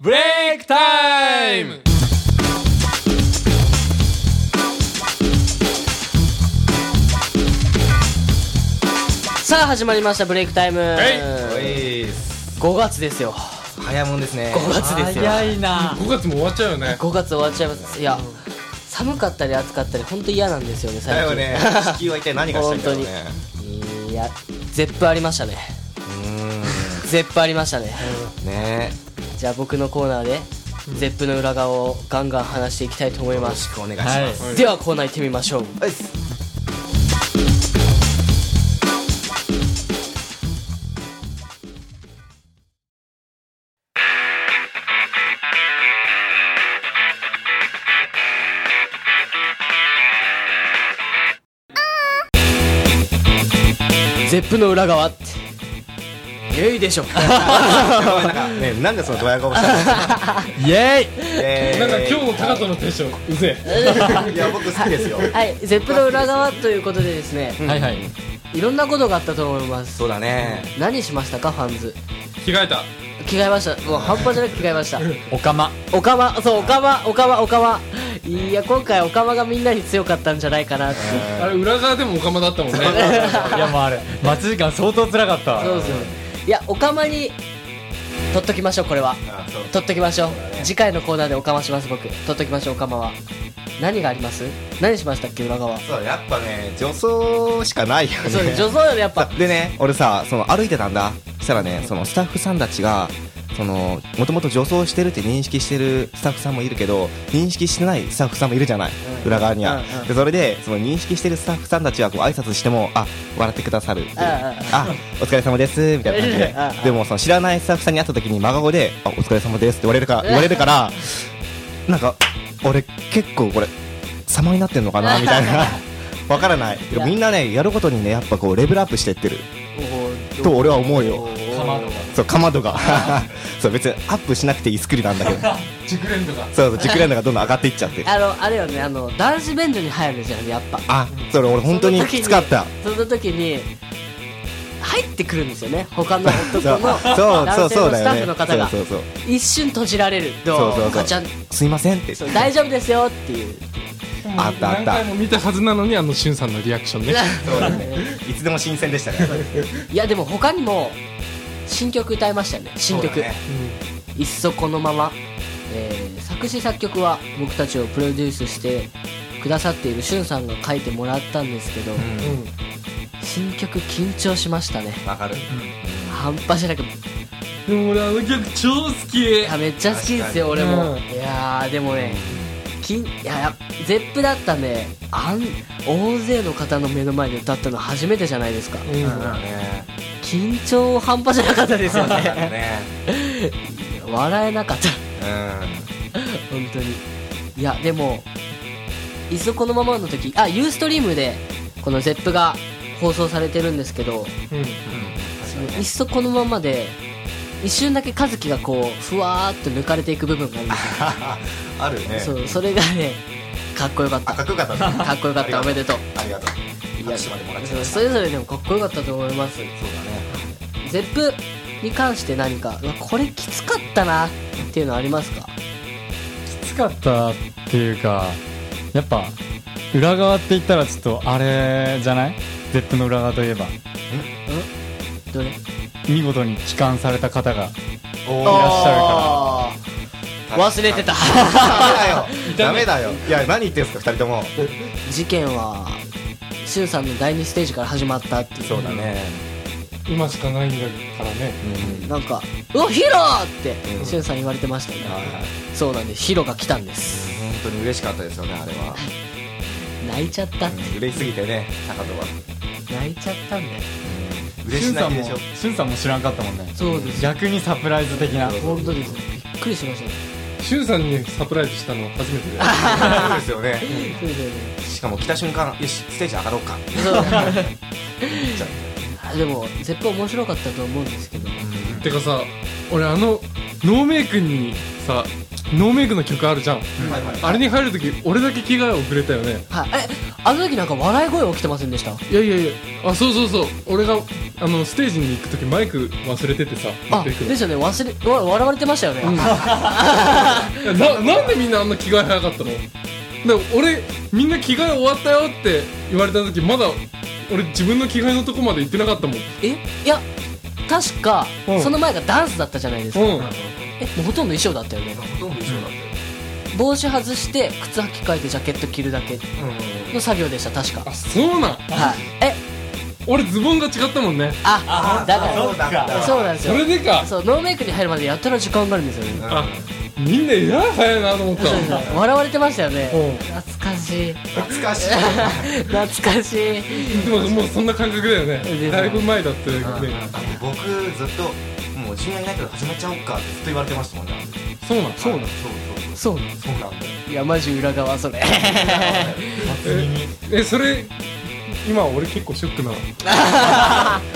ブレイクタイムさあ始まりましたブレイクタイムは5月ですよ早もんですね5月ですよ早いな5月も終わっちゃうよね5月終わっちゃいますいや寒かったり暑かったり本当嫌なんですよねだ最よ近 ね地球は一体何がしたいんだろうねいや絶プありましたねうー絶プありましたねんねじゃあ僕のコーナーで絶プの裏側をガンガン話していきたいと思いよまろすしくお願いしはまいす、ではコーナー行ってみましょうはい、絶プの裏側って良いで しょなんかねなんでそのドヤ顔したのイエえーなんか今日の高藤のテンションうぜえいや僕好きですよはい絶プの裏側ということでですねーイはいはいいろんなことがあったと思いますそうだね何しましたかファンズ着替えた着替えましたもう半端じゃなく着替えましたおかまおかまそうおかまおかまおかまいや今回おかまがみんなに強かったんじゃないかなってあれ裏側でもオカマだったもんね いやもうあれ待ち時間相当辛かったそうですよいやおかまに取っときましょうこれはあそう取っときましょうだね次回のコーナーでおかまします僕取っときましょうおかまは何があります何しましたっけ裏側そうやっぱね女装しかないよねそう女装よりやっ ぱでね俺さその歩いてたんだそしたらねそのスタッフさんたちがそのもともと女装してるって認識してるスタッフさんもいるけど認識してないスタッフさんもいるじゃない、うん裏側には、うんうんでそれでその認識してるスタッフさんたちはこう挨拶してもあ笑ってくださるっていううんうんうんあお疲れ様ですみたいな感じでうんうんでもその知らないスタッフさんに会った時に真顔であお疲れ様ですって言われるから言われるからなんか俺結構これ様になってんのかなみた いなわからないいやみんなねやることにねやっぱこうレベルアップしてってるおーと俺は思うよおーかまどがそうかまどが そう別にアップしなくていいスクリなんだけど熟練度がそうそう熟練度がどんどん上がっていっちゃってあのあれよねあの男子便所に入るじゃんやっぱあそれ俺本当にきつかったその時に入ってくるんですよね他のそう男の そ男性うそうのだスタッフよねその方がうそうそう一瞬閉じられるそうそうそとうガチャンすいませんってそう大丈夫ですよっていう あったあった何回も見たはずなのにあのしゅんさんのリアクションねそうだねいつでも新鮮でした ねいやでも他にも新曲歌いましたよね新曲、そうだねいっそこのまま」えー作詞作曲は僕たちをプロデュースしてくださっているしゅんさんが書いてもらったんですけど、うんうん新曲緊張しましたねわかる半端じゃなくでも俺あの曲超好きいやめっちゃ好きですよ俺も、うんいやーでもねきんいややゼップだったんであん大勢の方の目の前で歌ったの初めてじゃないですかうんね緊張半端じゃなかったですよ だねね笑えなかったう本当にいやでもいっそこのままの時あユーストリームでこのゼップが放送されてるんですけどうんそのいっそこのままで一瞬だけ和樹がこうふわーっと抜かれていく部分があるんでんあるねすよそうそれがねかっこよかっあたかっこよかったねかっこよかったおめでとうありがとういや拍手までもらっちゃいましたそれぞれでもかっこよかったと思いますそうだねゼップに関して何かうわこれきつかったなっていうのありますかきつかったっていうかやっぱ裏側って言ったらちょっとあれじゃないゼップの裏側といえばどれい見事に帰還された方おがらっしゃるゃ忘れてた ダメだよダメだよいや何言ってんすか二人とも事件はしゅんさんの第2ステージから始まったっていうそうだね今しかないんだからねなんか「うわヒロ!」ってうんしゅんさん言われてましたよね、はいはいそうなんですヒロが来たんです本当に嬉しかったですよねあれは泣いちゃったって、嬉しすぎてね高藤は泣いちゃったんだよ嬉ししゅんさ泣きんもでしょしゅんさんも知らんかったもんねそうですよ逆にサプライズ的な本当ですよびっくりしましたねしゅんさんにサプライズしたの初めてでそうですよねそうですよねしかも来た瞬間よしステージ上がろうかそうじゃああでも絶対面白かったと思うんですけどてかさ俺あのノーメイクにさノーメイクの曲あるじゃんはいはいあれに入るとき俺だけ着替え遅れたよねはいえあの時なんか笑い声起きてませんでしたいやいやいやあそうそうそう俺があのステージに行く時マイク忘れててさ持あってでくすよね忘れわ笑われてましたよね、のななんでみんなあんな着替え早かったので俺みんな着替え終わったよって言われた時まだ俺自分の着替えのとこまで行ってなかったもんえいや確か、うんその前がダンスだったじゃないですか、うんえもうほとんど衣装だったよねほとんど一緒だっ帽子外して靴履き替えてジャケット着るだけたよの作業でした確かあそうなんはいえ俺ズボンが違ったもんねあだからそうだったそうなんですそよれでかそうノーメイクに入るまでやったら時間があるんですよねあみんな偉い早いなと思ったそうです笑われてましたようんね懐かしい懐かしい懐かしいでももうそんな感覚だよねだいぶ前だったよね僕ずっともうジュニアいないけど始めちゃおうかってずっと言われてましたもんねそうなんそうそうそうなのそうそうなんだ よいやマジ裏側それえそれ今俺結構ショックなのい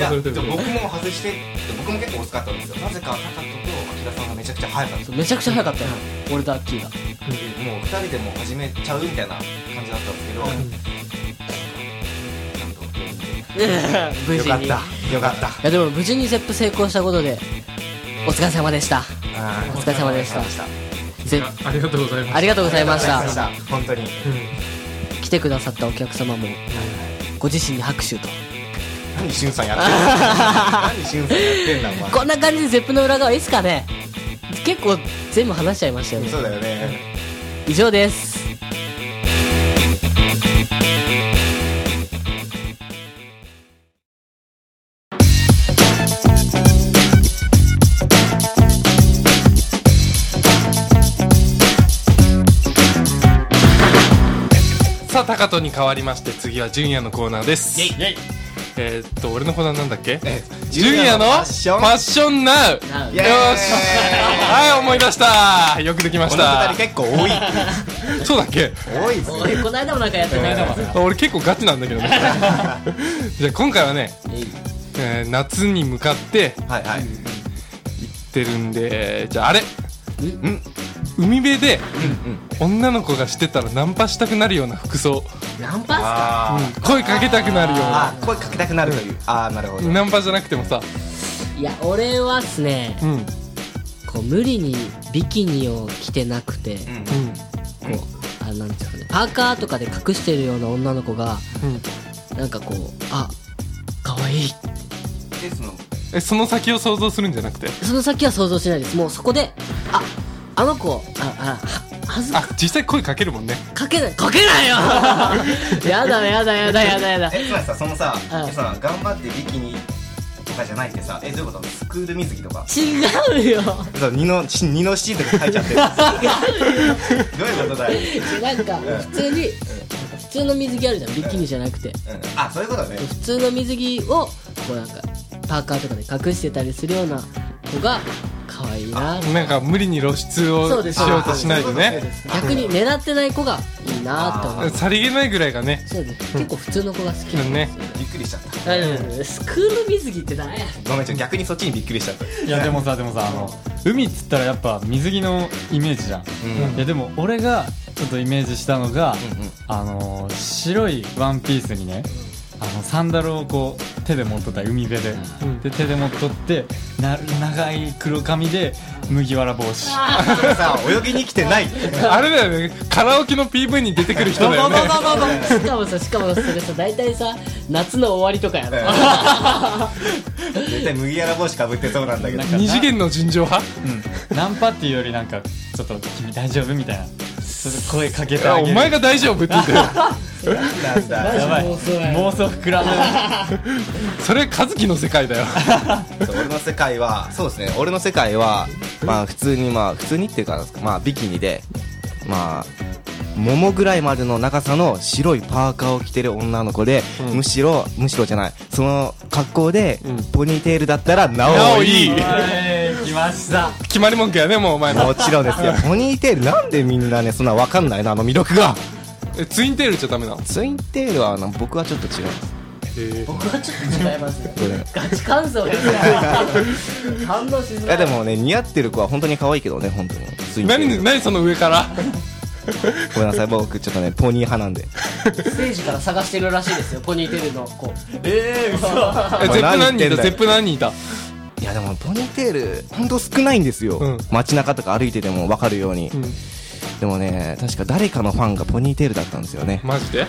やそでれでもも僕も外して僕も結構遅かったんですよなぜかタカトと秋田さんがめちゃくちゃ早かったんですよめちゃくちゃ早かったよ俺とアッキーがもう2人でもう始めちゃうみたいな感じだったんですけど、なんか 無よ事かっにいたよかったやでも無事にゼップ成功したことでお疲れ様でしたお疲れ様でしたゼップありがとうございますありがとうございましありがとうござたいました本当に来てくださったお客様もご自身に拍手と何しゅんさんやっ てんだ何しゅんさんやってんだおこんな感じでゼップの裏側いいっすかね結構全部話しちゃいましたよ前ねそうだよね以上ですさあタカトに代わりまして次はジュニアのコーナーですえーっと俺のコーナーなんだっけジュニアのファッションナウよナウしはい思い出したよくできましこの2た人結構多いそうだっけ多いですねおいこの間もなんかやってないかも俺結構ガチなんだけど ねじゃあ今回はね、えー夏に向かってはいはいってるんで、えーじゃああれ海辺で、女の子がしてたらナンパしたくなるような服装、ナンパっすかあー声かけたくなるようあな声かけたくなるというああなるほどナンパじゃなくてもさ、いや俺はっすねうんうん、こう無理にビキニを着てなくて、こうあなんていうんですかねパーカーとかで隠してるような女の子がうんなんかこうあ可愛いでそのえその先を想像するんじゃなくてその先は想像しないですもうそこでああの子ああははずあ実際声かけるもんねかけないかけないよ やだやだやだやだやだえつまりさそのさうんさ頑張ってビキニとかじゃないってさえどういうことスクール水着とか違うよそう二のし二の C とか書いちゃってるどういうことだよ、なんか普通に普通の水着あるじゃんビキニじゃなくてうん、あそういうことね普通の水着をこうなんかパーカーとかで隠してたりするような子が可愛いななんか無理に露出そうをですしようとしないでそうねです逆に狙ってない子がいいなと思うさりげないぐらいがねそうです結構普通の子が好きなんですよびっくりしちゃったうんスクール水着って何やごめんちょ逆にそっちにびっくりしちゃったいやでもさでもさあの海っつったらやっぱ水着のイメージじゃん、いやでも俺がちょっとイメージしたのが、あのー白いワンピースにねあのサンダルをこう手で持っとった海辺で、んで手で持っとってな長い黒髪で麦わら帽子それさ泳ぎに来てないあれだよねカラオケの PV に出てくる人だよねしかもさしかもそれさ大体さ夏の終わりとかやろ絶対麦わら帽子かぶってそうなんだけどなんか二次元の純情派うんナンパっていうよりなんかちょっと君大丈夫みたいなちょっと声かけてああげおる前が大丈夫って言ってるなんだやばい妄想や妄想膨らむそれ和樹の世界だよそう俺の世界はそうですね俺の世界はまあ普通にまあ普通にっていうかなんですかまあビキニでまあ桃ぐらいまでの長さの白いパーカーを着てる女の子で、うんむしろむしろじゃないその格好で、うんポニーテールだったらなおなおいいいいはい来ました決まり文句やねもうお 前のもちろんで すよポニーテールなんでみんなねそんなわかんないなあの魅力がえツインテールじゃダメなのツインテールはあの僕はちょっと違うんです僕はちょっと違いますねこれガチ感想や感動しづいらやいでもね似合ってる子は本当に可愛いけどね本当にツインテール何何その上からごめんなさい僕ちょっとねポニー派なんでステージから探してるらしいですよポニーテールの子ええ嘘えゼップ何人い何言ってんただよゼップ何人いたいやでもポニーテール本当少ないんですよ、うん街中とか歩いてても分かるように、うんでもね確か誰かのファンがポニーテールだったんですよねマジで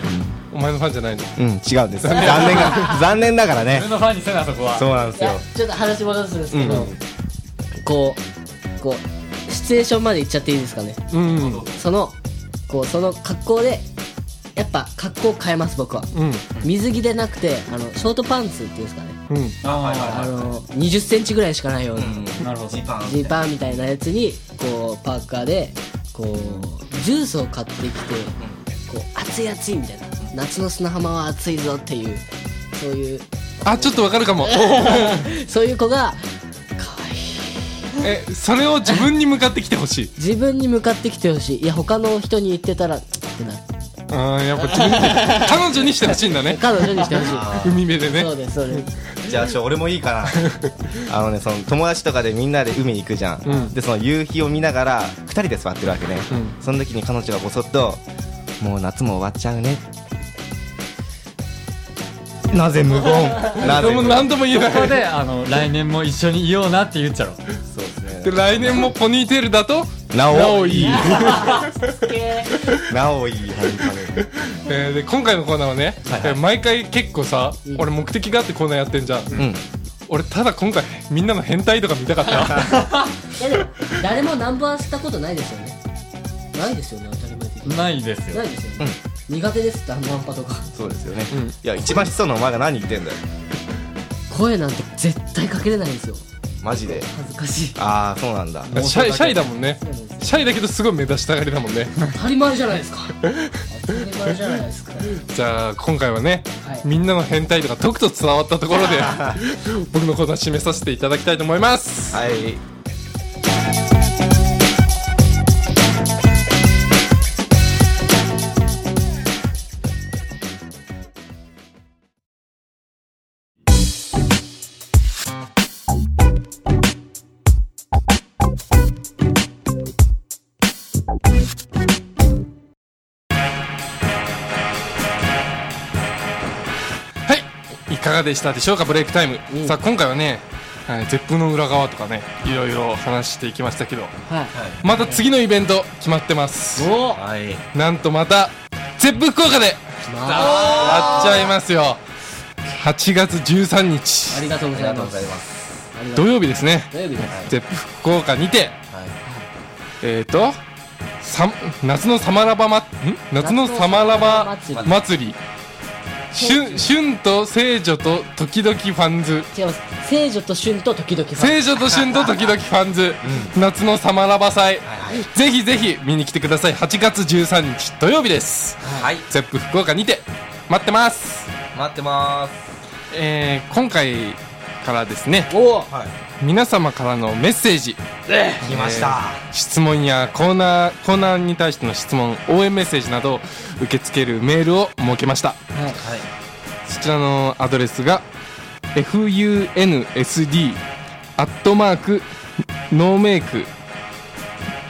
お前のファンじゃないのうん違うんです残念が残念ながらね俺のファンにせなそこはそうなんでいすよやちょっと話戻すんですけど、こうこうシチュエーションまで行っちゃっていいですかねうんうんそのこうその格好でやっぱ格好を変えます僕はうん水着でなくてあのショートパンツっていうんですかねうんあはいあの2 0ンチぐらいしかないようななるほどジーパンみたいなやつにこうパーカーでこうジュースを買ってきてこう熱い熱いみたいな夏の砂浜は熱いぞっていうそういうあちょっとわかるか もそういう子がえそれを自分に向かってきてほしい自分に向かってきてほしいいや他の人に言ってたらってなるあーやっぱ自分に彼女にしてほしいんだね彼女にしてほし海辺でいねそうですそうですじゃあちょ俺もいい かなあのねその友達とかでみんなで海行くじゃん、うんでその夕日を見ながら2人で座ってるわけね、うその時に彼女がぼそっと「もう夏も終わっちゃうね」なぜ無言なでぜも無言何とも言えこなこいであの来年も一緒にいようなって言っちゃろそうですねで来年もポニーテールだとななおおいい、なおいい本当にえーで今回のコーナーはね、はいはいえー毎回結構さ、うん俺目的があってコーナーやってんじゃん、うん俺ただ今回みんなの変態とか見たかった 誰もナンバーしたことないですよねないですよね当たり前的にないですよないですよね、苦手ですってあのナンパとかそうですよね、いや一番しそうなお前が何言ってんだよ声なんて絶対かけれないんですよマジで恥ずかしいああそうなんだシャイシャイだもんねそうなんですよシャイだけどすごい目立ちたがりだもんね当たり前じゃないですか当たり前じゃないですかじゃあ今回はね、はいみんなの変態とかとくと伝わったところ で僕のコーナー締めさせていただきたいと思いますはいはいいかがでしたでしょうかブレイクタイム、さあ今回はね、はい、絶風の裏側とかねいろいろ話していきましたけどはいまた次のイベント決まってますおおはいなんとまた絶風福岡でやっちゃいますよ8月13あ日りがとうございますざいますありがと土う曜日ですね土曜日です絶風福岡にて、えっ、ー、とさ夏のサマラバまん夏のサマラバ夏のサマラバ祭り春春と聖女と時々ファンズ違います聖女と旬と時々ファン聖女と旬と時々ファンズ、夏のサマラバ祭、ぜひぜひ見に来てください8月13日土曜日ですはいゼップ福岡にて待ってます待ってますえー、今回からですねおお皆様からのメッセージ来ました、質問やコーナーコーナーに対しての質問応援メッセージなどを受け付けるメールを設けましたそちらのアドレスが funsd アットマークノーメイク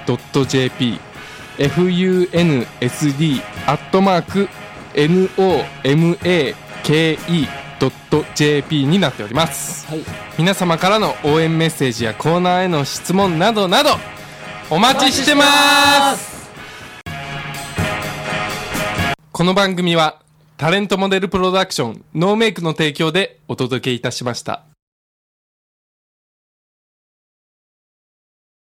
ドット JP funsd アットマーク nomake ドット JP になっておりますはい皆様からの応援メッセージやコーナーへの質問などなどお待ちしてますこの番組はタレントモデルプロダクションノーメイクの提供でお届けいたしました。